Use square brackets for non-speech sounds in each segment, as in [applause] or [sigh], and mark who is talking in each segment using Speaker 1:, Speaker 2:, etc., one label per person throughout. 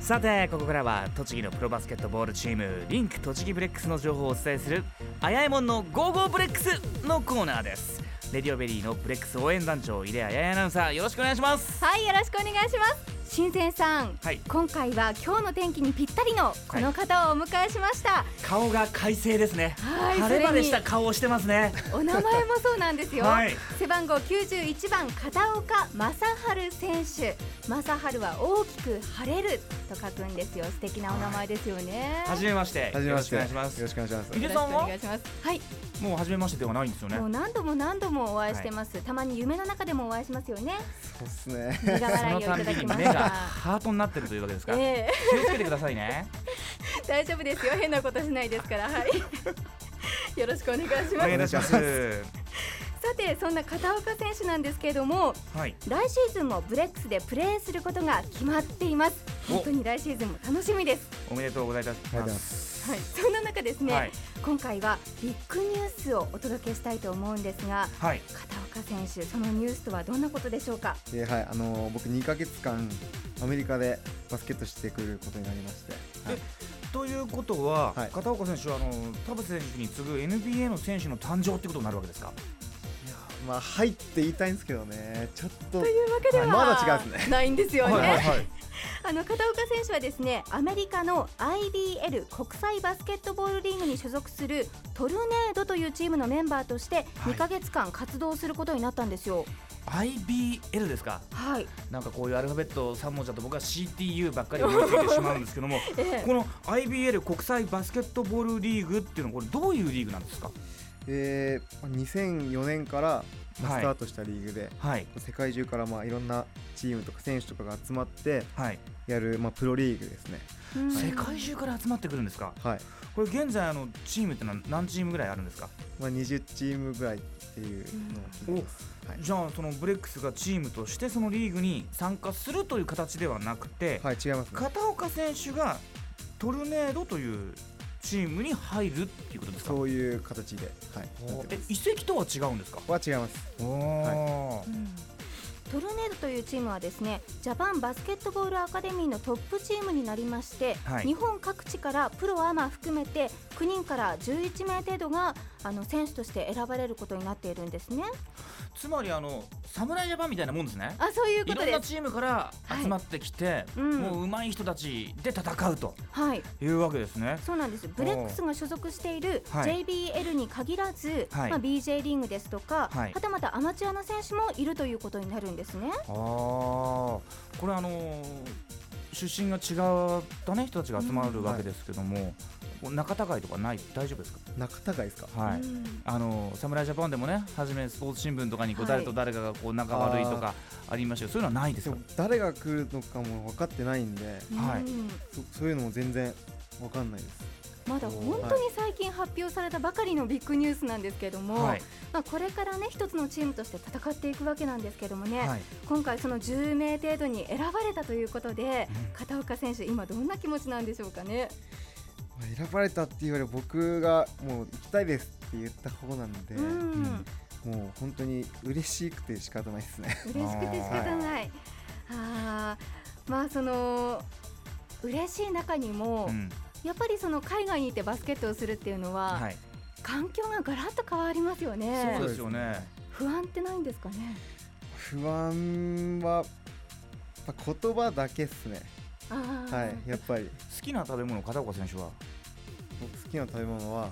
Speaker 1: さてここからは栃木のプロバスケットボールチームリンク栃木ブレックスの情報をお伝えする「あやえもんのゴーゴーブレックス」のコーナーですレディオベリーのブレックス応援団長井出彩アナウンサーよろしくお願いします
Speaker 2: はいよろしくお願いします新鮮さん、
Speaker 1: はい
Speaker 2: 今回は今日の天気にぴったりのこの方をお迎えしました、
Speaker 1: 顔が快晴ですね
Speaker 2: は
Speaker 1: 晴
Speaker 2: い
Speaker 1: れ
Speaker 2: そ
Speaker 1: 晴
Speaker 2: れ
Speaker 1: れ
Speaker 2: に
Speaker 1: した顔をしてますね
Speaker 2: お名前もそうなんです
Speaker 1: [laughs]
Speaker 2: よ、
Speaker 1: はい
Speaker 2: 背番号91番片岡正治選手正治は大きく晴れると書くんですよ素敵なお名前ですよね、
Speaker 1: 初めまして
Speaker 3: はじめまして。
Speaker 1: よろしくお願いしま
Speaker 3: よろしくお願いします
Speaker 1: 井
Speaker 2: よ
Speaker 1: 出
Speaker 2: ろ
Speaker 1: さ
Speaker 2: し
Speaker 1: ん
Speaker 2: くお
Speaker 1: は
Speaker 2: 願いしますはい、
Speaker 1: すもう初めましてではないんですよね
Speaker 2: もう何度も何度もお会いしてます、たまに夢の中でもお会いしますよ
Speaker 1: [laughs]
Speaker 2: ね。
Speaker 3: そうっすね。
Speaker 2: 苦
Speaker 1: そ
Speaker 2: 笑い
Speaker 1: の
Speaker 2: をい
Speaker 1: た
Speaker 2: た
Speaker 1: ん
Speaker 2: だ
Speaker 1: び
Speaker 2: き
Speaker 1: に
Speaker 2: ま
Speaker 1: 目
Speaker 2: し
Speaker 1: が
Speaker 2: た
Speaker 1: ハートになってるというわけ [laughs] ですか気を
Speaker 2: ええ [laughs]
Speaker 1: つけてくださいね
Speaker 2: 大丈夫ですよ変なことしないですからはい
Speaker 1: [laughs]
Speaker 2: よろしくお願いします
Speaker 1: お願いいたします
Speaker 2: さてそんな片岡選手なんですけれども
Speaker 1: はい
Speaker 2: 来シーズンもブレックスでプレーすることが決まっています
Speaker 1: お
Speaker 2: 本当に来シーズンも楽しみです
Speaker 1: おめでとうございます
Speaker 3: ありがとうございま
Speaker 2: はいそんな中ですね、
Speaker 1: はい
Speaker 2: 今回はビッグニュースをお届けしたいと思うんですが
Speaker 1: はい
Speaker 2: 片岡選手そのニュースとはどんなことでしょうか
Speaker 3: で、はい、あのー僕2ヶ月間アメリカでバスケットしてくることになりまして、はい
Speaker 1: ということは、
Speaker 3: はい
Speaker 1: 片岡選手はあの田臥選手に次ぐ NBA の選手の誕生ってことになるわけですか
Speaker 3: まあ入って言いたいんですけどね、ちょっと
Speaker 2: というわけでは、
Speaker 3: まだ違うんですね。
Speaker 2: ないんですよね、
Speaker 1: はい
Speaker 2: あの片岡選手はですねアメリカの IBL 国際バスケットボールリーグに所属するトルネードというチームのメンバーとして
Speaker 1: はい
Speaker 2: 2ヶ月間活動することになったんですよ。
Speaker 1: IBL ですか
Speaker 2: はい、
Speaker 1: なんかこういうアルファベット3文字だと僕は CTU ばっかり思いついてしまうんですけども
Speaker 2: え
Speaker 1: この IBL 国際バスケットボールリーグっていうのはこれどういうリーグなんですか
Speaker 3: で、まあ2004年からまあ
Speaker 1: はい
Speaker 3: スタートしたリーグで、
Speaker 1: はい
Speaker 3: 世界中からまあいろんなチームとか選手とかが集まって
Speaker 1: はい、
Speaker 3: やるまあプロリーグですね。
Speaker 2: えうん
Speaker 1: 世界中から集まってくるんですか
Speaker 3: はい。
Speaker 1: これ現在あのチームってのは何チームぐらいあるんですか
Speaker 3: まあ20チームぐらいっていうのを聞いてます。はい。
Speaker 1: じゃあそのブレックスがチームとしてそのリーグに参加するという形ではなくて、
Speaker 3: はい、違いますね。
Speaker 1: 片岡選手がトルネードというチームに入るっていうことですか
Speaker 3: そういう形で、はい、なっ
Speaker 1: え
Speaker 3: てます
Speaker 1: 移籍とは違うんですか
Speaker 3: は違います。
Speaker 1: おー
Speaker 2: うんトルネードというチームはですねジャパンバスケットボールアカデミーのトップチームになりまして、
Speaker 1: はい
Speaker 2: 日本各地からプロアマ含めて9人から11名程度があの選手として選ばれることになっているんですね。
Speaker 1: つまりあの侍ジャパンみたいなもんですね
Speaker 2: あそういう
Speaker 1: い
Speaker 2: こと
Speaker 1: ろんな
Speaker 2: です。
Speaker 1: チームから集まってきて、
Speaker 2: うん
Speaker 1: もう上手い人たちで戦うと
Speaker 2: はい
Speaker 1: いうわけですね
Speaker 2: そうなんですブレックスが所属している
Speaker 1: はい
Speaker 2: JBL に限らず、
Speaker 1: はい
Speaker 2: まあ、BJ リーグですと
Speaker 1: は
Speaker 2: か、はいたまたアマチュアの選手もいるということになるんですね。
Speaker 1: ああこれあのー出身が違ったね人たちが集まるわけですけども、こう仲違いとかない大丈夫ですか
Speaker 3: 中高いですか。
Speaker 1: はい、
Speaker 2: うん
Speaker 1: あの侍ジャパンでもね、はじめスポーツ新聞とかにこう
Speaker 2: は
Speaker 1: 誰
Speaker 2: い
Speaker 1: と誰かがこう仲悪いとかありましたけど、そういうのはないです
Speaker 3: で
Speaker 1: か
Speaker 3: も誰が来るのかも分かってないんで、
Speaker 1: はい
Speaker 2: うん
Speaker 3: そそういうのも全然分かんないです。
Speaker 2: まだ本当に最近発表されたばかりのビッグニュースなんですけれども、
Speaker 1: はい、
Speaker 2: まあ、これからね一つのチームとして戦っていくわけなんですけどもね、
Speaker 1: はい、
Speaker 2: 今回その10名程度に選ばれたということで、
Speaker 1: うん
Speaker 2: 片岡選手今どんな気持ちなんでしょうかね。
Speaker 3: まあ選ばれたっていうより僕がもう行きたいですって言った方なんで、
Speaker 2: うん
Speaker 3: もう本当に嬉しくて仕方ないですね。
Speaker 2: 嬉しくて仕方ない。あーまあその嬉しい中にも、
Speaker 1: うん
Speaker 2: やっぱりその海外にいてバスケットをするっていうのは、
Speaker 1: はい、
Speaker 2: 環境がガラッと変わりますよね
Speaker 1: そうですよね。
Speaker 2: 不安ってないんですかね
Speaker 3: [laughs] 不安はやっぱ言葉だけっすね。
Speaker 2: あー
Speaker 3: はい、やっぱり
Speaker 1: 好きな食べ物片岡選手は、
Speaker 3: 僕好きな食べ物は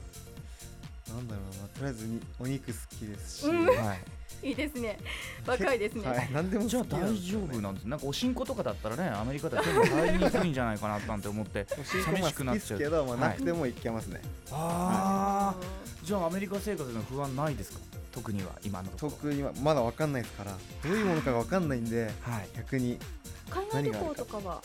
Speaker 3: なんだろうな、とりあえずにお肉好きですし、
Speaker 2: うん
Speaker 1: はい
Speaker 2: いいですね若いですね、
Speaker 3: はい、何でも好き
Speaker 1: じゃあ
Speaker 3: なん
Speaker 1: 大
Speaker 3: です
Speaker 1: 丈
Speaker 3: よね
Speaker 1: 夫なんです。なんかおしんことかだったらね、アメリカでは結構入りにくいんじゃないかななんて思って、
Speaker 3: おしんこも好きですけど、まあ、なくてもいけますね、
Speaker 1: ああ、じゃあアメリカ生活の不安ないですか？特には今のとこ
Speaker 3: 特にはまだ分かんないですからどういうものかが分かんないんで
Speaker 1: ろ。はい。
Speaker 3: 逆に、
Speaker 2: 海外旅行とかは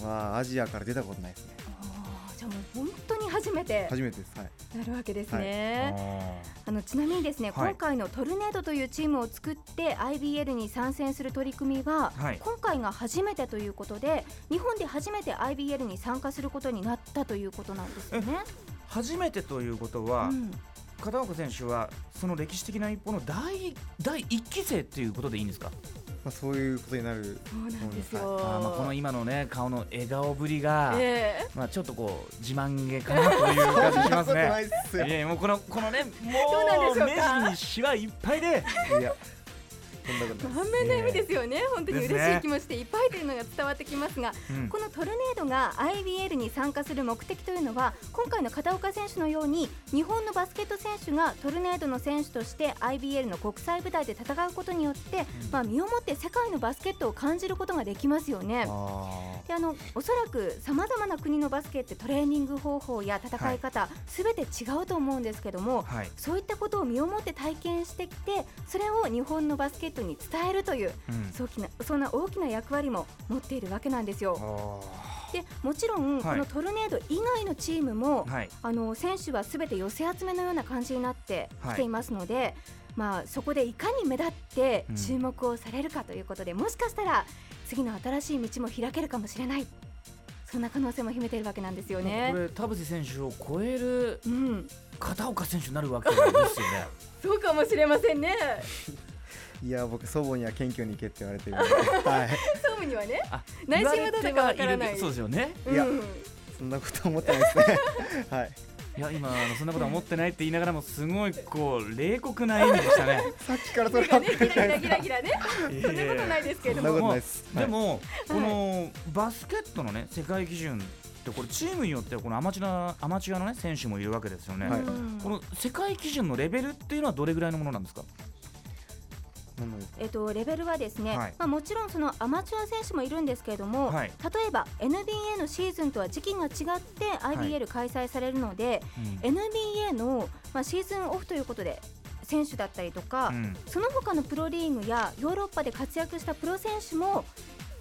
Speaker 3: まあ、アジアから出たことないですね
Speaker 2: あーじゃあもう本当に初めて
Speaker 3: 初めてです、はい、
Speaker 2: なるわけです
Speaker 1: あ
Speaker 2: ね、あのちなみにですね、
Speaker 1: はい
Speaker 2: 今回のトルネードというチームを作って IBL に参戦する取り組みは、
Speaker 1: はい
Speaker 2: 今回が初めてということで日本で初めて IBL に参加することになったということなんですよね。
Speaker 1: ー初めてということ
Speaker 2: う
Speaker 1: は、
Speaker 2: ん、
Speaker 1: 片岡選手はその歴史的な一歩の第一第一期生っていうことでいいんですか？
Speaker 3: まあ、そういうことになる
Speaker 2: そうなんです
Speaker 3: そ
Speaker 2: よ。
Speaker 1: あーまあこの今のね顔の笑顔ぶりが、
Speaker 2: ええ
Speaker 1: まあちょっとこう自慢げかなという感
Speaker 2: [laughs]
Speaker 1: じします
Speaker 3: そんなことない
Speaker 1: ね。
Speaker 3: っすよ
Speaker 1: いやもうこのこのねも
Speaker 2: どうなんでしょ
Speaker 1: う
Speaker 2: う
Speaker 1: 目
Speaker 2: か
Speaker 1: 尻にシワいっぱい
Speaker 2: [laughs]
Speaker 1: で
Speaker 3: いやそんなことない
Speaker 2: 満面の笑みですよね、本当に
Speaker 1: です
Speaker 2: 嬉し
Speaker 1: ね
Speaker 2: い気持ちでいっぱいというのが伝わってきますが、
Speaker 1: うん
Speaker 2: このトルネードが IBL に参加する目的というのは今回の片岡選手のように日本のバスケット選手がトルネードの選手として IBL の国際舞台で戦うことによって、まあ、身をもって世界のバスケットを感じることができますよね。
Speaker 3: あ
Speaker 2: であのおそらくさまざまな国のバスケってトレーニング方法や戦い方すべ、て違うと思うんですけども
Speaker 1: はい。
Speaker 2: そういったことを身をもって体験してきてそれを日本のバスケットに伝えるという
Speaker 1: うん
Speaker 2: そうきなそんな大きな役割も持っているわけなんですよ。でもちろん、
Speaker 1: はい
Speaker 2: このトルネード以外のチームも、
Speaker 1: はい。
Speaker 2: あの選手はすべて寄せ集めのような感じになってきていますので、まあ、そこでいかに目立って
Speaker 1: うん
Speaker 2: 注目をされるかということで、もしかしたら次の新しい道も開けるかもしれないそんな可能性も秘めているわけなんですよね
Speaker 1: こ。れ田淵選手を超える
Speaker 2: うん、
Speaker 1: 片岡選手になるわけですよね。
Speaker 2: そうかもしれませんね。
Speaker 3: ーいや僕祖母には謙虚に行けって言われてるん [laughs] ではい
Speaker 2: 総務にはね、
Speaker 1: あ
Speaker 2: [laughs] 内心はどうだかわか
Speaker 1: 言
Speaker 2: ら
Speaker 1: われてはいる
Speaker 2: な
Speaker 1: け
Speaker 2: い。
Speaker 1: どそうですよね。
Speaker 3: いや
Speaker 2: うん
Speaker 3: そんなこと思ってない [laughs] ですねはい
Speaker 1: いや今あのそんなことは思ってないって言いながらもすごいこう冷酷な演技でしたね。
Speaker 3: さっきからそ
Speaker 2: 目
Speaker 3: れ
Speaker 2: が
Speaker 3: は
Speaker 2: ね、ギラギラギラギラね、そんなことないですけれど
Speaker 3: そんな
Speaker 2: も、
Speaker 3: ことないです
Speaker 1: でも、このバスケットのね世界基準ってこれチームによってはこのアマチュアアマチュアのね選手もいるわけですよね。
Speaker 3: はい
Speaker 2: うん
Speaker 1: この世界基準のレベルっていうのはどれぐらいのものなんですか。
Speaker 3: なんなんですか
Speaker 2: えっと、レベルはですね、
Speaker 1: はい
Speaker 2: まあ、もちろんそのアマチュア選手もいるんですけれども、
Speaker 1: はい
Speaker 2: 例えば NBA のシーズンとは時期が違って
Speaker 1: い
Speaker 2: IBL 開催されるので、NBA の、まあ、シーズンオフということで選手だったりとか、
Speaker 1: うん
Speaker 2: その他のプロリーグやヨーロッパで活躍したプロ選手も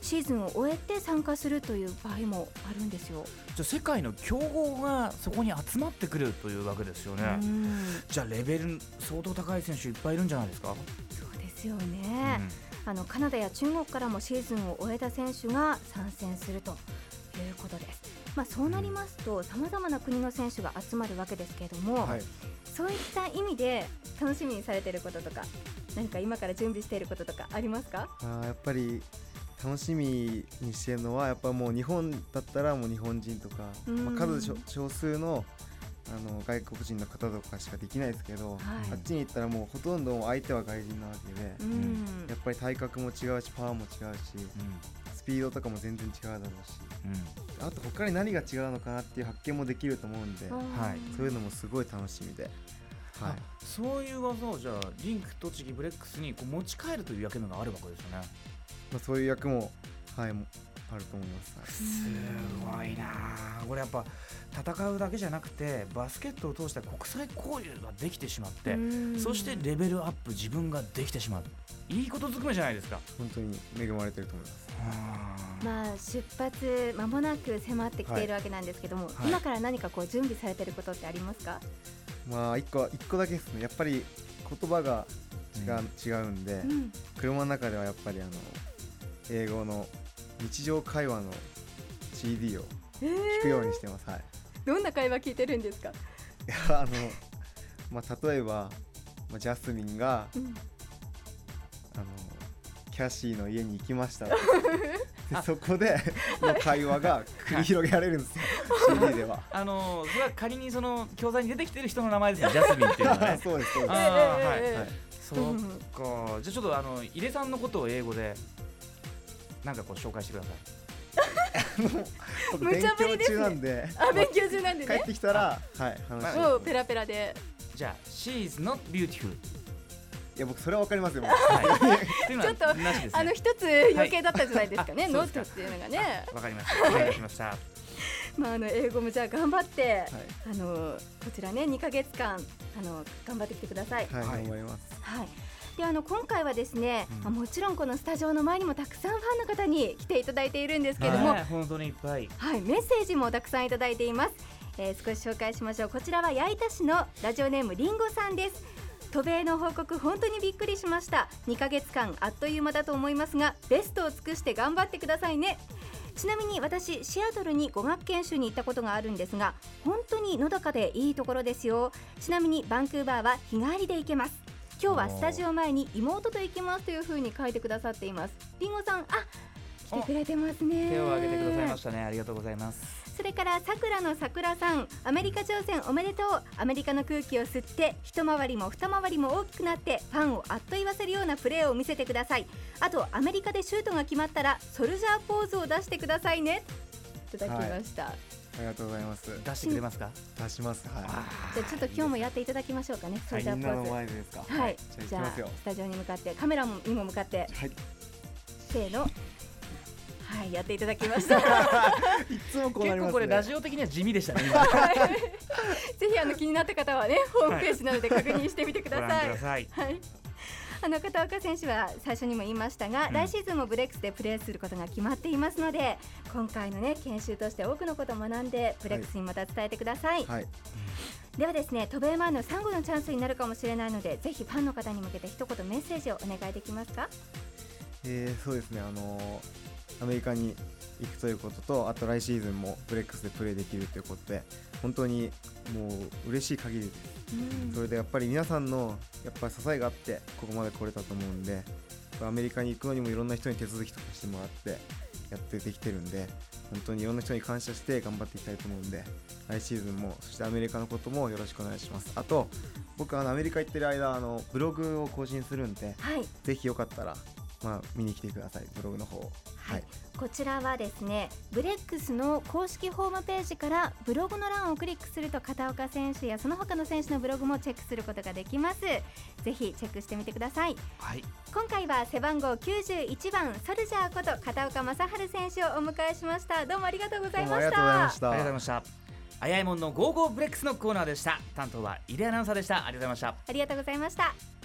Speaker 2: シーズンを終えて参加するという場合もあるんですよ。
Speaker 1: じゃあ世界の強豪がそこに集まってくるというわけですよね。
Speaker 2: うん
Speaker 1: じゃあレベル相当高い選手いっぱいいるんじゃないですか。
Speaker 2: そうですよね、あのカナダや中国からもシーズンを終えた選手が参戦するということです。まあ、そうなりますとさまざまな国の選手が集まるわけですけれども、
Speaker 3: はい
Speaker 2: そういった意味で楽しみにされていることとか何か今から準備していることとかありますか
Speaker 3: あーやっぱり楽しみにしてるのはやっぱもう日本だったらもう日本人とか、
Speaker 2: うん
Speaker 3: まあ、数少少数のあの外国人の方とかしかできないですけど、
Speaker 2: はい
Speaker 3: あっちに行ったらもうほとんど相手は外人なわけで、
Speaker 2: うん
Speaker 3: やっぱり体格も違うしパワーも違うしスピードとかも全然違うだろうし
Speaker 1: うんうん
Speaker 3: あと他に何が違うのかなっていう発見もできると思うんで、
Speaker 1: はい
Speaker 3: そういうのもすごい楽しみで、は
Speaker 1: あ
Speaker 3: い、
Speaker 1: そういう技をじゃあリンク栃木ブレックスにこう持ち帰るという役目があるわけですよね。
Speaker 3: まあ、そういう役も,、はい、もあると思います、はい
Speaker 1: すごいなあこれやっぱ戦うだけじゃなくてバスケットを通した国際交流ができてしまって、
Speaker 2: うん
Speaker 1: そしてレベルアップ自分ができてしまういいことずくめじゃないですか。
Speaker 3: 本当に恵まれてると思います
Speaker 2: まあ出発まもなく迫ってきているわけなんですけども、
Speaker 1: はい
Speaker 2: 今から何かこう準備されていることってありますか、
Speaker 3: まあ一個一個だけですねやっぱり言葉が違う,、違うんで、
Speaker 2: うん
Speaker 3: 車の中ではやっぱりあの英語の日常会話の CD を
Speaker 2: えー
Speaker 3: 聞くようにしてます、はい
Speaker 2: どんな会話聞いてるんですか、
Speaker 3: いやあの、まあ、例えば、まあ、ジャスミンが
Speaker 2: うん
Speaker 3: あのキャシーの家に行き
Speaker 1: [laughs]
Speaker 3: ましたとでそこでの会話が繰り広げられるんですよ CD では
Speaker 1: あのーそれは仮にその教材に出てきてる人の名前ですねジャスミンっていうの [laughs] はね。
Speaker 3: [laughs] そうですそうです、は
Speaker 1: あーはい
Speaker 2: えーえーえー
Speaker 3: い、
Speaker 1: そうかじゃあちょっとあの井出さんのことを英語でなんかこう紹介してください。
Speaker 3: 僕
Speaker 2: 無
Speaker 3: 勉
Speaker 2: 茶ぶり
Speaker 3: 強
Speaker 2: ですね
Speaker 3: 中なんで
Speaker 2: あ勉強中なんで
Speaker 3: 帰
Speaker 2: ね
Speaker 3: ってきたらはい話し
Speaker 2: も
Speaker 3: ま
Speaker 2: うペラペラで
Speaker 1: じゃあ She is not beautiful
Speaker 3: すいや僕それは分かりますよも
Speaker 2: [laughs]
Speaker 3: う
Speaker 1: はいっていうのは
Speaker 2: ちょっと
Speaker 1: なしですね。
Speaker 2: あの一つ余計だったじゃないですかね、
Speaker 1: はいあそうで
Speaker 2: ノー
Speaker 1: すか
Speaker 2: トっていうのがね、
Speaker 1: わかりました。わかりました。
Speaker 2: まあ、あの英語もじゃあ頑張って、あのこちらね2ヶ月間あの頑張ってきてください。はい、
Speaker 3: はい、
Speaker 1: は
Speaker 3: はいい、頑張ります
Speaker 2: であの今回はですね、
Speaker 1: うん
Speaker 2: まあもちろんこのスタジオの前にもたくさんファンの方に来ていただいているんですけれども、
Speaker 1: はい本当にいっぱい。
Speaker 2: はい、メッセージもたくさんいただいています、えー少し紹介しましょうこちらは矢板市のラジオネームりんごさんです渡米の報告本当にびっくりしました2ヶ月間あっという間だと思いますがベストを尽くして頑張ってくださいねちなみに私シアトルに語学研修に行ったことがあるんですが本当にのどかでいいところですよちなみにバンクーバーは日帰りで行けます今日はスタジオ前に妹と行きますというふうに書いてくださっていますりんごさんあ来てくれてますね
Speaker 1: 手を挙げてくださいましたねありがとうございます
Speaker 2: それからさくらのさくらさんアメリカ挑戦おめでとうアメリカの空気を吸って一回りも二回りも大きくなってファンをあっと言わせるようなプレーを見せてくださいあとアメリカでシュートが決まったらソルジャーポーズを出してくださいねいただきました、
Speaker 3: ありがとうございます
Speaker 1: 出してくれますか
Speaker 3: 出しますは
Speaker 2: じゃあちょっと今日もやっていただきましょうかねソル
Speaker 3: い
Speaker 2: ジャ
Speaker 3: み
Speaker 2: ー
Speaker 3: ん
Speaker 2: ポー
Speaker 3: なの
Speaker 2: ズ
Speaker 3: 前でですか
Speaker 2: はいじ
Speaker 3: じゃあ
Speaker 2: ゃ
Speaker 3: 行きます
Speaker 2: あ
Speaker 3: よ
Speaker 2: スタジオに向かってカメラにも向かって
Speaker 3: はい
Speaker 2: せ
Speaker 3: [laughs]
Speaker 2: ーのはいやっていただきました
Speaker 3: いつもこう
Speaker 1: 結
Speaker 3: なります
Speaker 1: 構
Speaker 3: ね
Speaker 1: これラジオ的には地味でしたね今ご
Speaker 2: ぜひあの気になった方はねホームページなどで確認してみてくだ
Speaker 1: 覧
Speaker 2: さい
Speaker 1: ください
Speaker 2: はい。あの片岡選手は最初にも言いましたが、
Speaker 1: うん
Speaker 2: 来シーズンもブレックスでプレーすることが決まっていますので今回のね研修として多くのことを学んでブレックスにまた伝えてください、
Speaker 3: はい
Speaker 2: ではですね渡米前の最後のチャンスになるかもしれないのでぜひファンの方に向けて一言メッセージをお願いできますか
Speaker 3: えー、そうですねあのーアメリカに行くということとあと来シーズンもブレックスでプレーできるということで本当にもう嬉しい限りですそれでやっぱり皆さんのやっぱり支えがあってここまで来れたと思うんでアメリカに行くのにもいろんな人に手続きとかしてもらってやってできてるんで本当にいろんな人に感謝して頑張っていきたいと思うんで来シーズンもそしてアメリカのこともよろしくお願いしますあと僕あのアメリカ行ってる間あのブログを更新するんで
Speaker 2: はい
Speaker 3: ぜひよかったら、まあ、見に来てくださいブログの方を
Speaker 2: は
Speaker 3: はいい、
Speaker 2: こちらはですねブレックスの公式ホームページからブログの欄をクリックすると片岡選手やその他の選手のブログもチェックすることができますぜひチェックしてみてください
Speaker 1: はい
Speaker 2: 今回は背番号91番ソルジャーこと片岡正治選手をお迎えしましたどうもありがとうござ
Speaker 3: どう
Speaker 2: い
Speaker 3: もあ
Speaker 2: ま
Speaker 3: り
Speaker 2: し
Speaker 3: がとうござい
Speaker 2: た
Speaker 3: まし
Speaker 1: あり
Speaker 3: た
Speaker 1: がとうございましたあやいもんのゴーゴーブレックスのコーナーでした担当は入江アナウンサーでしたありがとうございました
Speaker 2: ありがとうございました